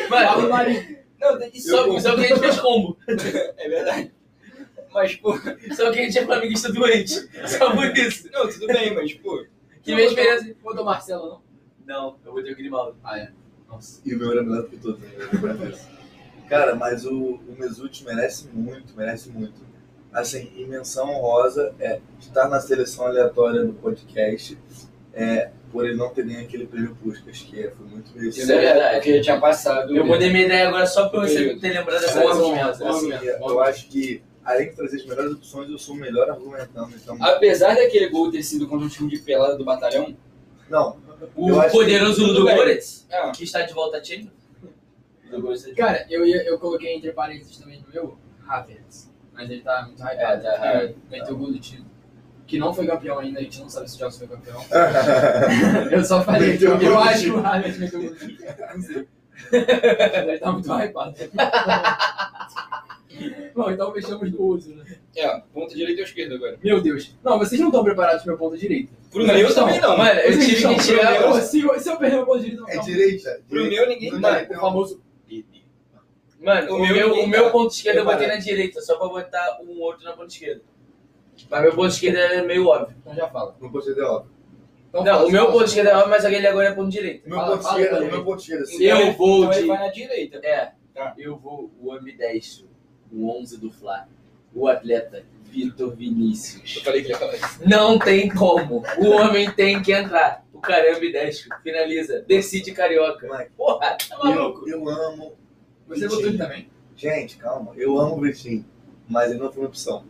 S2: Fala o
S4: Mano,
S2: Marinho.
S3: Não, tem que
S4: só, só que a gente fez combo.
S3: (laughs) É verdade. Mas, pô.
S4: Só que a gente é flamenguista doente. Só por isso.
S3: Não, tudo bem, mas, tipo, pô.
S4: Que minha experiência.
S2: Botou o Marcelo, não?
S4: Não, eu botei o Grimaldo.
S2: Ah, é. Nossa.
S5: E o meu era melhor do que todos. né? Eu lembro disso. Cara, mas o, o Mesut merece muito, merece muito. Assim, em menção honrosa é estar na seleção aleatória do podcast, é, por ele não ter nem aquele prêmio Puskas, que é, foi muito isso.
S4: Isso é verdade.
S3: Porque já tinha passado.
S4: Eu mudei minha ideia agora só pra você
S3: Período.
S4: ter lembrado dessa
S2: Bom, bom,
S4: coisa.
S2: bom.
S5: Assim, eu acho que, além de trazer as melhores opções, eu sou o melhor argumentando. Então,
S3: Apesar daquele gol ter sido contra um time de pelada do batalhão.
S5: não, Eu
S4: O
S5: acho que-
S4: poderoso
S3: Tudo
S4: Ludo
S3: bem.
S4: Goretz,
S3: Ah,
S4: que está de volta a time. Ludo Goretz é de-
S2: Cara, eu, ia- eu coloquei entre parênteses também no meu Havertz. Mas ele tá muito hypado.
S4: tá
S2: porque
S4: hypado.
S2: Meteu o gol do time. Que não foi campeão ainda, a gente não sabe se o Jogos foi
S4: (laughs)
S2: campeão. Eu só falei que
S5: Meteu o gol
S2: eu
S5: do
S2: acho que
S5: time.
S2: o Havertz meteu o gol do time. Não sei. Ele tá muito
S4: (laughs)
S2: hypado. Bom, então fechamos do uso, né?
S3: é, ponta direita ou esquerda agora?
S2: Meu Deus. Não, vocês não estão preparados pro meu ponto direito.
S3: Pro meu também não.
S4: Mano, É, eu
S2: Vocês
S4: tive
S2: estão
S4: que tirar.
S2: preparados?
S4: o-
S2: se, eu- se eu perder meu ponto direito, eu
S5: é
S2: vou ficar
S5: direita.
S3: Pro
S5: direita.
S3: meu ninguém
S5: Não
S3: tá.
S5: dá.
S2: o famoso PD.
S4: Mano,
S3: O
S4: o
S3: meu
S4: meu,
S3: ninguém
S4: o meu
S3: tá.
S4: ponto esquerdo eu botei na
S5: Preparado.
S4: direita, só pra botar um outro na ponta esquerda. Mas meu ponto esquerdo é meio óbvio.
S2: Então já fala.
S5: Não posso dizer, ó.
S2: Então
S4: Não,
S2: fala,
S4: o meu
S2: fala.
S4: ponto esquerdo é óbvio, mas aquele agora é ponto direito.
S5: Meu
S2: Fala, fala,
S5: ponteiro,
S2: fala.
S5: o meu ponteiro, assim.
S4: Eu
S3: Então
S4: vou
S3: ele
S4: de-
S3: vai na direita.
S4: É,
S3: Tá.
S4: eu vou o ambidestro, o 11 do Fla, o atleta Vitor Vinícius.
S3: Eu falei que ele ia falar isso.
S4: Não tem como. O homem tem que entrar. O caramba e desce. Finaliza. Decide carioca.
S5: Moleque.
S4: Porra, tá maluco?
S5: Eu, eu amo.
S4: é
S2: Você
S5: Vitinho.
S2: votou ele também.
S5: Gente, calma. Eu amo o Vitinho, mas ele não foi uma opção.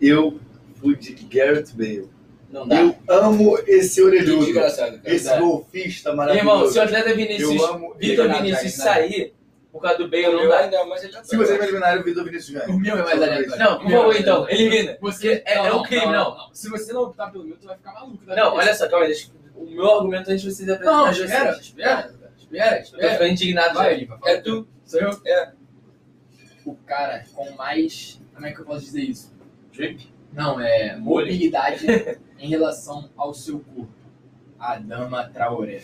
S5: Eu fui de Garrett Bale.
S4: Não dá.
S5: Eu amo esse
S3: Que
S5: orelhudo.
S3: desgraçado, cara.
S5: Esse
S4: Verdade.
S5: golfista
S4: Irmão,
S5: maravilhoso.
S4: se o atleta
S5: eu
S4: Vinícius,
S5: amo ele.
S4: Vitor
S3: nada,
S4: Vinícius
S3: nada.
S4: sair por causa do Bale, não
S3: Eu
S4: dá.
S3: ainda, mas ele já tá.
S5: Se vocês me eliminarem, o Vitor Vinícius ganha.
S2: O meu é mais aleatório.
S4: Não, por favor, então, elimina.
S2: Você
S4: É- é um crime, não.
S2: Se você não optar pelo meu, tu vai ficar maluco. da
S4: Não,
S2: cabeça.
S4: olha só, calma aí. deixa- O meu argumento antes de vocês apresentarem.
S2: Não,
S4: vocês.
S2: espera, espera, espera,
S4: Eu tô
S2: espera.
S4: ficando indignado.
S2: Vai,
S4: já.
S2: Lipa, fala.
S3: É tu.
S2: Sou eu?
S3: É.
S2: O cara com mais. Como é que eu posso dizer isso?
S4: Drip?
S2: Não, é.
S4: Molho.
S2: (laughs) Mobilidade em relação ao seu corpo. A dama (laughs) Traoré.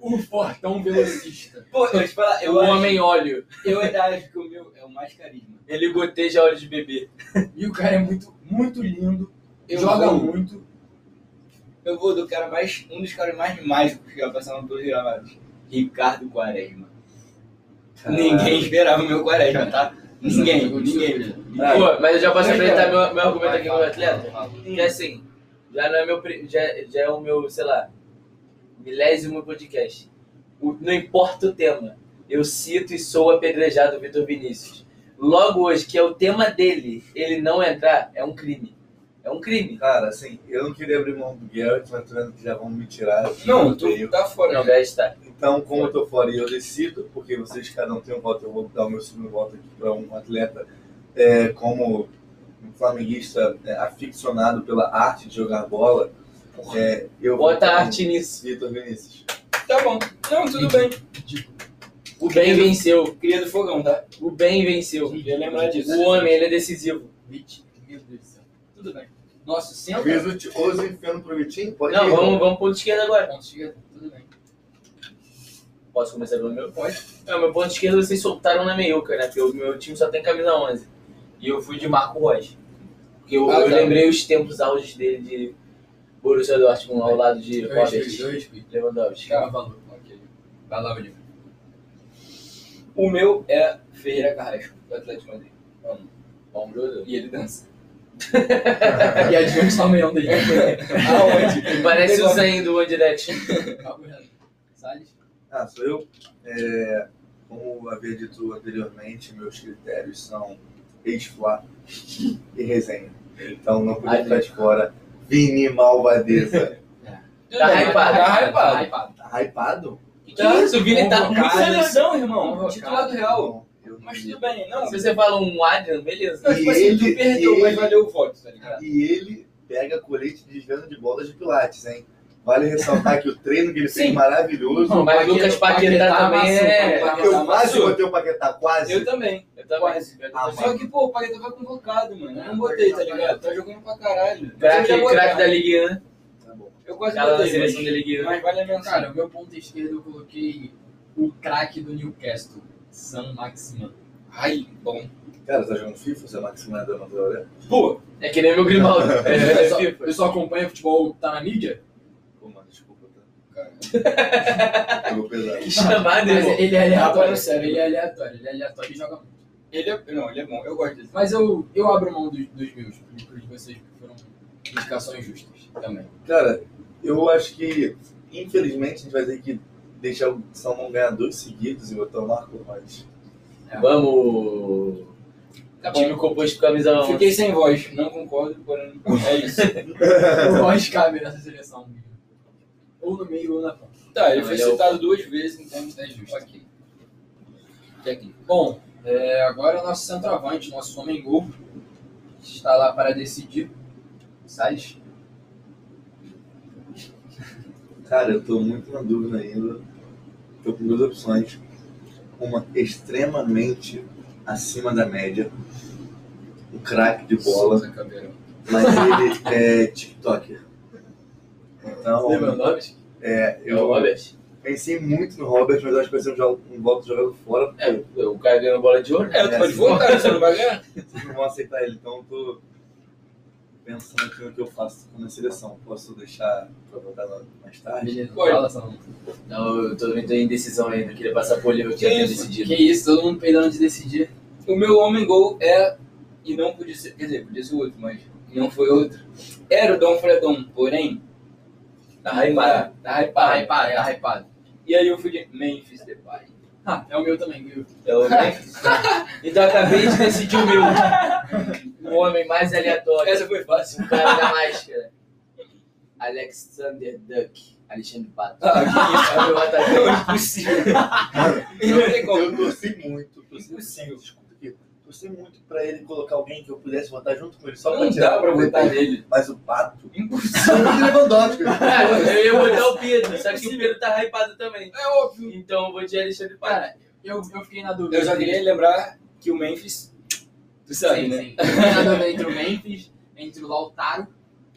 S2: O fortão velocista.
S3: Pô, eu te falar, eu
S4: o
S3: acho,
S4: homem óleo.
S3: eu ainda acho que o meu é o mais carisma.
S4: Ele goteja óleo de bebê.
S2: E o cara é muito, muito lindo.
S3: Eu
S2: joga
S3: vou-
S2: muito.
S3: Eu vou do cara mais. Um dos caras mais mágicos que já passaram pelos gravados. Ricardo Quaresma. Ninguém esperava o meu Quaresma, tá? Ninguém, ninguém.
S4: Pô, mas eu já posso
S2: Mas,
S4: apresentar
S2: cara,
S4: meu, meu argumento aqui como
S2: Fala,
S4: atleta?
S2: fala, fala.
S4: Que assim, já não é meu. pri- Já, já é o meu, sei lá, milésimo podcast. O- não importa o tema. Eu cito e sou apedrejado Vitor Vinícius. Logo hoje, que é o tema dele, ele não entrar, é um crime. É um crime.
S5: Cara, assim, eu não queria abrir mão do Garrett, mas tô vendo que já vão me tirar.
S3: Não,
S5: Eu
S3: tu
S5: tenho.
S3: tá fora.
S4: Não, já está.
S5: Então, como eu tô fora e eu decido, porque vocês cada um tem um voto, eu vou dar o meu segundo voto aqui para um atleta é, como um flamenguista é, aficionado pela arte de jogar bola. É, eu vou
S4: Bota
S5: com
S4: arte nisso.
S5: Vitor Vinícius.
S3: Tá bom. Não, tudo bem.
S4: O
S2: é
S4: bem venceu.
S3: Cria do fogão, tá?
S4: O bem venceu.
S3: Podia lembrar disso.
S4: O homem, ele é decisivo.
S2: Vixe, Meu Deus do céu.
S3: Tudo bem. Nosso
S5: Às
S3: centro.
S5: vezes o Ti- Ozo enfiando pro Vitinho, pode
S4: Então tá. Não,
S5: ir.
S4: vamos, vamos ponto esquerdo agora.
S2: é Ponto esquerdo, tudo bem.
S4: Posso começar pelo meu? Pode. É, meu ponto esquerdo vocês soltaram na meiuca, né? Porque o meu time só tem camisa 11. E eu fui de Marco Rocha. Porque eu,
S3: Ah,
S4: eu
S3: tá.
S4: lembrei os tempos áureos dele de Borussia Dortmund ao lado de
S2: Dois,
S4: Robert
S2: dois, dois, dois.
S4: Lewandowski.
S2: Chegava valor. Ok. Vai lá, Oliver.
S3: O meu é
S4: Tá
S3: Ferreira Carrasco, do Atlético de Madrid.
S4: Bom, Bruno.
S3: E ele dança.
S2: (laughs) E adivinha o salmeião dele.
S3: Aonde?
S4: Parece o Zayn do One Direction.
S2: Salles.
S5: Ah, sou eu. É, como havia dito anteriormente, meus critérios são ex-flá e resenha. Então não podia
S4: Ai,
S5: ficar de fora. Vini Malvadeza. (laughs)
S4: Tá hypado.
S3: Tá hypado.
S2: hypado.
S5: Tá hypado?
S4: Que que é isso? O Vini tá muito
S3: Muito
S4: sério.
S3: seleção, irmão.
S2: Convocado.
S3: Titular do Real.
S5: Não, eu não
S3: Mas
S5: vi.
S3: tudo bem, não.
S4: Se você fala um Adrian, beleza.
S3: Não, tipo assim, tu
S5: E ele-
S3: perdeu,
S5: e
S3: mas
S5: ele-
S3: valeu o voto, tá ligado?
S5: E ele pega colete de desvendo de bolas de pilates, hein? Vale ressaltar que o treino que ele fez
S3: Sim.
S5: maravilhoso.
S4: Mas Lucas Paquetá também é-
S5: Eu quase
S3: amassou.
S5: botei o Paquetá, quase.
S3: Eu também.
S4: Eu também.
S3: Quase.
S4: Eu
S5: Ah,
S4: também.
S3: Só que, pô, o Paquetá foi convocado, mano. Eu não botei, tá ligado? Tá jogando pra caralho. Mas eu já
S4: Craque
S3: botei.
S4: craque da Ligue 1.
S5: Tá bom.
S3: Eu quase
S4: Cara da
S3: botei,
S4: seleção né? da
S3: mas-
S4: Ligue 1.
S3: mas vale a mensagem.
S2: Cara, o meu ponto esquerdo eu coloquei o craque do Newcastle, Sam Maximan.
S3: Ai, bom.
S5: Cara, tá jogando FIFA, você é maximizador na hora?
S3: Pô,
S4: É que nem meu Grimaldo. É,
S2: Eu só,
S4: FIFA.
S2: eu só acompanho futebol, tá na mídia?
S5: Pô, mano, desculpa, tá?
S2: Cara.
S5: Pegou
S3: (laughs)
S5: pesado.
S4: Que chamada,
S2: Mas
S4: irmão.
S2: ele é
S3: Agora
S2: aleatório,
S3: é sério.
S2: Ele é aleatório, ele é aleatório e joga muito.
S3: ele é. Não, ele é bom. Eu gosto dele.
S2: Mas eu, eu abro mão dos, dos meus, pros pros de vocês que foram indicações justas também.
S5: Cara, eu acho que, infelizmente, a gente vai ter que deixar o Salmão ganhar dois seguidos e botar o Marco Rocha.
S4: é- Vamos!
S3: Tá bom.
S4: Time composto por camisa 11.
S3: Fiquei sem voz. Não concordo, porém. É isso.
S2: O Ross cabe nessa seleção. Ou no meio ou na ponta.
S3: Tá, ele
S4: Não,
S3: foi
S4: ele é o-
S3: citado duas vezes, então
S2: É justo.
S3: Ok. Técnico.
S2: Bom, é, agora o nosso centroavante, nosso homem gol, está lá para decidir. Salles.
S5: Cara, eu tô muito na dúvida ainda. Tô com duas opções. Uma extremamente acima da média. Um craque de bola.
S2: Souza Caveirão.
S5: Mas ele é TikToker.
S4: Lembra o
S5: Então,
S4: nome?
S5: é,
S4: É o
S5: eu
S4: Robert.
S5: pensei muito no Robert, mas eu acho que vai ser um, jo- um voto jogado fora. porque
S4: É, o cara ganhou bola de ouro.
S3: É, tu
S5: É,
S3: pode
S5: sim.
S3: voltar, você não vai ganhar.
S5: Vocês não vão aceitar ele, então eu tô pensando aqui no que eu faço com a minha seleção. Posso deixar pra votar lá mais tarde?
S2: Beleza,
S3: Oi.
S2: fala Salomão.
S4: Não, eu tô, eu tô em indecisão ainda. Eu queria passar por ele, eu tinha
S3: Que
S4: até
S3: isso?
S4: decidido.
S2: Que isso, todo mundo peidando de decidir.
S3: O meu homem gol é. E não podia ser. Quer dizer, podia ser outro, mas não foi outro. Era o Dom Fredon, um, porém.
S4: Tá hypado.
S3: Tá hypado.
S2: Tá hypado, é hypado.
S3: E aí eu fui de Memphis Depay.
S2: Ah, é o meu também, viu?
S4: É o homem. Então acabei de decidir o meu. O homem mais aleatório.
S2: Essa foi fácil.
S4: O cara da máscara. Alexander Duck. Alexandre Pato.
S2: Ah, que isso.
S4: É o meu atacante.
S2: Impossível.
S5: Eu,
S2: Não tem como.
S5: eu torci muito, torci muito, desculpa aqui, torci muito pra ele colocar alguém que eu pudesse votar junto com ele, só pra
S2: Não
S5: tirar
S2: dá pra
S5: o
S2: votar
S5: Pedro.
S2: nele.
S5: Mas o Pato... Impossível. Eu Lewandowski.
S4: Cara, Ah, eu ia botar o Pedro, só que o Pedro tá hypado também.
S2: É óbvio.
S4: Então eu vou de Alexandre Pato.
S2: Cara, eu, eu fiquei na dúvida.
S3: Eu só queria lembrar que o Memphis, tu sabe,
S2: sim,
S3: né?
S2: sim. Eu fiquei na dúvida entre o Memphis, entre o Lautaro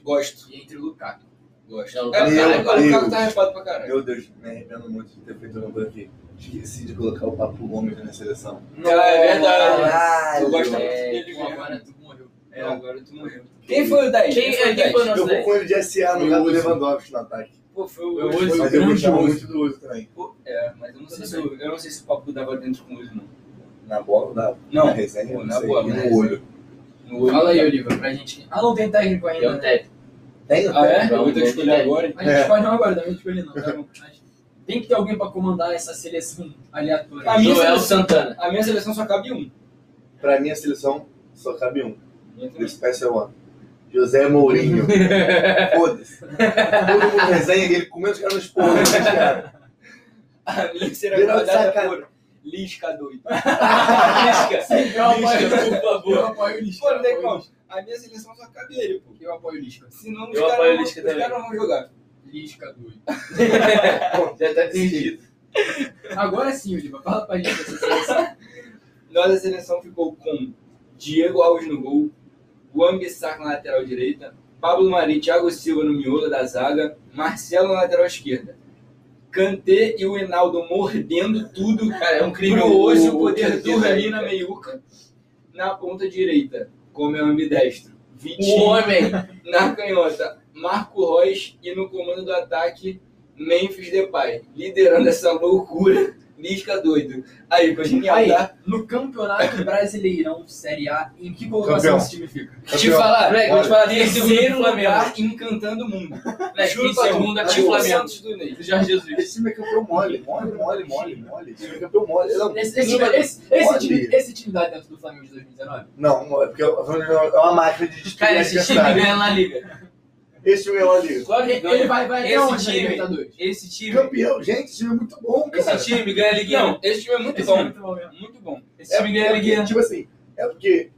S3: Gosto.
S2: e entre o Lukaku.
S3: Gosto.
S4: Não,
S3: É, o cara,
S5: Meu
S3: agora o cara
S5: Deus.
S3: tá arrepado pra caralho.
S5: Meu Deus, me arrependo muito de ter feito o número aqui. Esqueci de colocar o Papo Gomes na minha seleção.
S3: Ah, é verdade.
S5: Caralho.
S3: Eu gosto muito
S4: é,
S3: dele,
S2: Pô,
S3: mano.
S2: agora tu morreu.
S3: É,
S5: Não.
S3: agora tu morreu. Quem foi o 10? foi
S4: Quem, é,
S3: o
S4: quem
S3: 10?
S4: foi o nosso
S5: Eu vou
S4: 10?
S5: com ele de SA no
S2: Eu
S5: lugar do
S2: uso.
S5: Lewandowski no ataque.
S3: Pô, foi o
S4: Eu
S3: Uzi.
S4: uso.
S5: Mas eu
S2: grande
S5: gostava
S2: uso.
S5: muito do uso também.
S3: É, mas eu não sei se eu, eu não sei se o papo dava dentro com o Uzi, não.
S5: Na bola, na,
S3: Não,
S5: na resenha,
S3: pô,
S5: não
S3: na
S5: sei,
S3: boa,
S5: e
S3: na
S5: no
S3: resenha.
S5: olho.
S3: No olho.
S2: Fala aí, Oliva, pra gente. Ah, não tem técnico
S4: É o
S2: ainda.
S4: técnico.
S5: Tem
S3: Ah, é?
S4: Vamos,
S3: Eu vou ter que
S4: vamos,
S3: escolher
S4: tem.
S3: agora.
S2: A gente
S5: É.
S2: escolhe um agora, também escolhe não,
S3: (laughs)
S2: tá bom? Mas Tem que ter alguém pra comandar essa seleção aleatória.
S4: Ah,
S3: A minha
S4: Joel
S3: seleção-
S4: Santana.
S3: A minha seleção só cabe um.
S5: Pra minha seleção, só cabe um.
S3: (laughs) Minha também.
S5: This special one.
S4: (laughs)
S5: José Mourinho. Foda-se. Todo mundo resenha ele comendo os caras nos porros, né, cara.
S3: A minha será
S5: Virou
S3: guardada
S5: saca-
S3: é por Lisca doido.
S4: Lisca.
S2: Eu apoio, por favor.
S3: Eu
S2: Eu apoio o Lisca.
S3: Pô, não tem como. A minha seleção só cabe ele, pô.
S2: Eu apoio o Lisca.
S3: Senão os
S4: Eu apoio
S3: caras
S4: o
S3: não, os
S4: Lisca também.
S3: caras não vão jogar.
S2: Lisca doido.
S4: Já tá decidido.
S2: Agora sim, Oliva, fala pra gente essa
S4: (laughs)
S2: seleção.
S3: Nossa seleção ficou com Diego Alves no gol, Juan Bissar na lateral direita, Pablo Mari, Thiago Silva no miolo da zaga, Marcelo na lateral esquerda. Kanté e o Enaldo mordendo tudo
S4: Cara, é um crime.
S3: pro osso
S4: o- é. o-
S3: poder
S4: o-
S3: dormir na meiuca. Na ponta direita, como é ambidestro,
S4: O
S3: Vitinho.
S4: Um homem.
S3: (laughs) Na canhota, Marco Reus e no comando do ataque, Memphis Depay. Liderando essa loucura, Lisca doido. Aí, foi genial,
S2: Aí,
S3: tá?
S4: né?
S2: no Campeonato Brasileirão Série A, em que colocação
S5: Campeão.
S2: esse time fica?
S3: Te falar,
S4: Moleque, vou te falar, tem segundo
S3: terceiro
S4: do Flamengo.
S3: lugar encantando o mundo.
S4: Moleque,
S3: Juro
S4: tem
S3: pra tu,
S4: segundo aqui
S3: Gol
S4: o tipo, Flamengo.
S3: Santos do Ney.
S4: Jorge Jesus.
S5: Esse time é campeão mole, mole, mole, mole, mole. Esse time é campeão mole. Não,
S2: Esse, esse, time- esse, esse, time, esse time dá dentro do Flamengo de 2019?
S5: não, é porque é uma máquina de destruir
S4: Cara, esse time
S5: adversário.
S4: ganha na liga.
S5: Esse time é uma liga.
S4: Claro que
S2: Ele, ele
S4: ganha.
S2: vai, vai até
S4: Esse
S2: onde na
S4: time-
S2: Libertadores?
S4: Esse time.
S5: Campeão, gente, esse time é muito bom, cara.
S4: Esse time ganha a um. liguinha.
S3: Não, esse time é muito
S2: Esse time é
S3: bom.
S2: muito bom mesmo.
S3: Muito bom.
S4: Esse time ganha a
S5: porque,
S4: liguinha.
S5: Tipo assim, é porque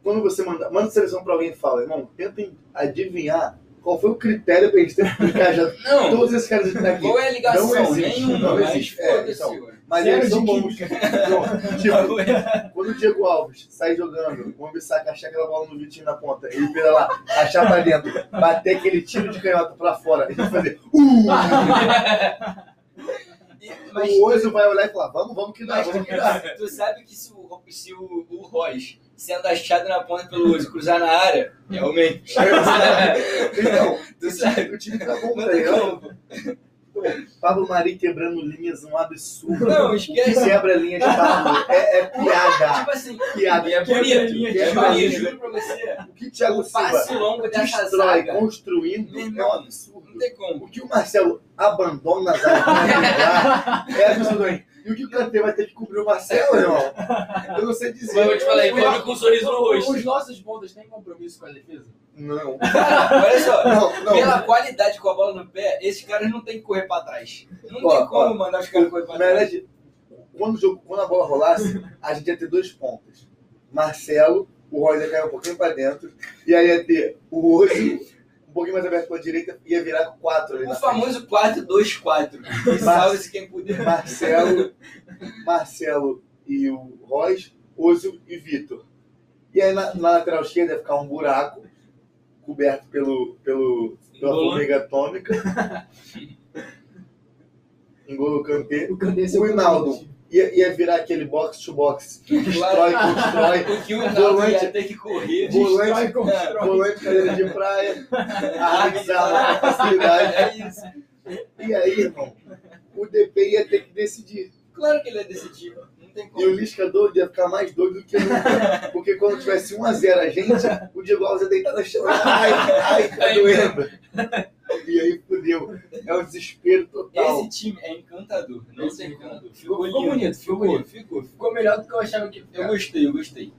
S5: quando você manda, manda seleção pra alguém e fala, irmão, tentem adivinhar qual foi o critério pra eles terem engajado
S3: Não,
S5: todos esses caras daqui.
S3: qual é a ligação?
S5: Não existe,
S3: Nenhuma,
S5: não
S3: mas
S5: existe. É,
S3: foda-se,
S5: então.
S3: ué.
S5: Mas
S2: Zero
S5: eles são
S2: de
S5: bons. (laughs) Não, tipo,
S3: é.
S5: quando o Diego Alves sai jogando, o Ambissaca achar aquela bola no Vitinho na ponta, ele vira lá, achar pra dentro, bater aquele tiro de canhota pra fora, e fazer, uh!
S3: E- Mas
S5: O Ozo vai olhar e falar, vamos, vamos que dá,
S3: mas
S5: vamos
S3: (laughs)
S5: que dá.
S3: tu- tu sabe que se o, se o, o Royce sendo achado na ponta pelo Uzi cruzar na área, é realmente.
S5: Então,
S3: (laughs) Tu
S5: esse-
S3: sabe.
S5: o time tá bom
S3: Não,
S5: pra
S3: tem
S5: ele.
S3: como.
S5: Pablo Mari quebrando linhas, um absurdo.
S3: Não,
S5: O que
S3: esquece.
S5: quebra a linha de Pablo é, é piada.
S3: (laughs) Tipo assim,
S5: Piada.
S3: e é bonito.
S5: linha de
S3: É
S5: Bahia.
S3: bonito, juro pra você.
S5: O que Thiago
S3: O
S5: Silva
S3: passe longo dessa
S5: destrói
S3: zaga.
S5: construindo
S3: Meu
S5: é um
S3: irmão, Não
S5: absurdo.
S3: tem como.
S5: O que o Marcelo abandona a zaga pra driblar é absurdo, hein? E o que o Kanté vai ter que cobrir o Marcelo, irmão? Eu não sei dizer.
S4: Mas eu vou te falar, ele come com um sorriso no rosto.
S2: Os nossos pontos têm compromisso com a defesa?
S5: Não,
S3: Olha só.
S5: não, não.
S3: Pela qualidade com a bola no pé, esses caras não tem que correr pra trás. Não
S5: Ó,
S3: tem como
S5: ó,
S3: mandar os caras correr pra
S5: Na
S3: trás.
S5: verdade, quando, o jogo, quando a bola rolasse, a gente ia ter dois pontos. Marcelo, o Royce ia cair um pouquinho pra dentro. E aí ia ter o Ozil, um pouquinho mais aberto pra direita, ia virar com quatro ali
S3: O
S5: na
S3: famoso 4-2-4. E Salve-se quem
S5: frente.
S3: puder.
S5: Marcelo, Marcelo e o Royce, Ozil e Vitor. E aí na, na lateral esquerda ia ficar um buraco, coberto pelo, pelo, pela
S4: Engolo.
S5: formiga atômica. Engolo Kanté.
S2: O Kanté
S4: é
S5: O é Hinaldo ia, ia virar aquele box to box. Destrói, constrói.
S3: O que o Naldo
S5: Volante.
S3: ia ter que correr.
S2: Destrói,
S5: Volante,
S2: constrói.
S5: volante cadeira de (laughs) praia. Arrasar com facilidade.
S3: É isso.
S5: E aí, irmão, o DP ia ter que decidir.
S3: Claro que ele ia decidir. Não tem
S5: E o
S3: como.
S5: Lisca doido ia ficar mais doido do que nunca. Porque quando tivesse 1x0 a gente, o Diego Alves ia deitar na
S3: né?
S5: chão. Ai, ai, tá doendo. E aí fudeu. É um desespero total. tal.
S3: Esse time é encantador. Não
S2: Esse
S3: sei
S2: é
S3: encantador.
S2: Ficou bonito, ficou bonito.
S3: Ficou, ficou.
S2: Ficou melhor do que eu achava que ia
S3: Eu
S2: ficar.
S3: gostei, eu gostei.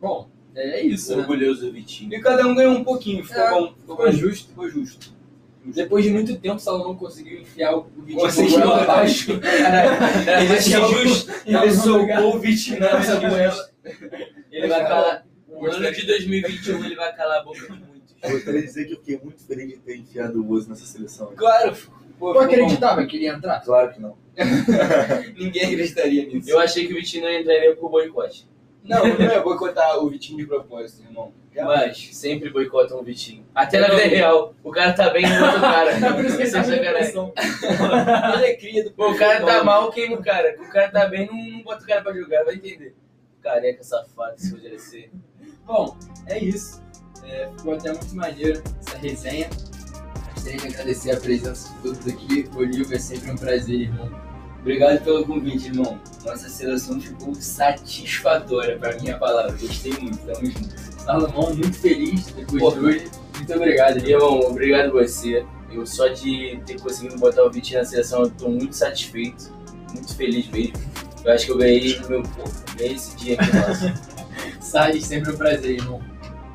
S2: Bom, é é isso, né?
S4: Orgulhoso do Vitinho.
S3: E cada um ganhou um pouquinho. Ficou
S2: É,
S3: bom.
S2: ficou
S3: bom.
S2: justo.
S3: Ficou justo.
S2: Depois de muito tempo, o Salomão conseguiu enfiar o Vitinho
S3: Conseguiu.
S2: no goela abaixo.
S3: Ele
S2: mas tinha
S3: é justo.
S2: Não,
S3: Ele
S2: não,
S3: soltou o Vitinho na
S2: Não, não,
S3: goela.
S4: né? Ele vai
S2: é
S4: calar.
S2: um
S4: No
S3: Gostei.
S4: ano de 2021, ele vai calar a boca de muitos.
S5: Gostaria de dizer que eu fiquei muito feliz de ter enfiado o Bozo nessa seleção.
S3: Claro, pô, ficou
S2: Tu
S3: bom.
S2: acreditava que ele ia entrar?
S5: Claro que não.
S3: Ninguém acreditaria nisso.
S4: Eu achei que o Vitinho não entraria pro boicote.
S3: Não, não é boicotar o Vitinho de propósito, irmão.
S4: Mas sempre boicotam o Vitinho. Até na
S3: Eu
S4: vida
S3: não-
S4: real. O cara tá bem no outro (laughs) cara. Isso é sacanagem. (laughs)
S3: Ele é cria do
S4: Pô, o cara tá mal, queima o cara. O cara tá bem, não, não bota o cara pra jogar, vai entender. Careca, safado, se eu ser.
S2: Bom, é isso. É, ficou até muito maneiro essa resenha. Gostaria de agradecer a presença de todos aqui. Olívio, é sempre um prazer, irmão.
S3: Obrigado pelo convite, irmão. Nossa seleção ficou satisfatória, pra minha palavra. Gostei muito, tamo junto.
S2: Salomão, muito feliz depois
S4: Pô.
S2: de hoje. Muito obrigado, irmão.
S4: Irmão, obrigado você. Eu só de ter conseguido botar o Vitinho na seleção, eu tô muito satisfeito, muito feliz mesmo. Eu acho que eu ganhei meu corpo, ganhei esse dia aqui nosso.
S2: Sai, sempre um prazer, irmão.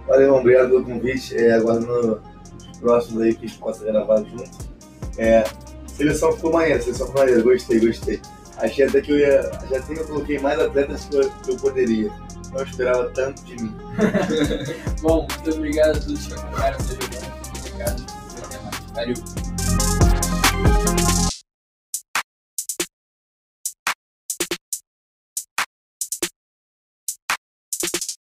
S5: Valeu, irmão, obrigado pelo convite. É, aguardo no próximo aí que a gente possa gravar junto. É, seleção ficou maneira, seleção ficou maneira. Gostei, gostei. Achei até que eu ia. Já até que eu coloquei mais atletas que eu, que eu poderia. Não esperava tanto de mim.
S2: Bom, muito obrigado a todos que acompanharam o seu jogando. Obrigado. Até mais. Valeu.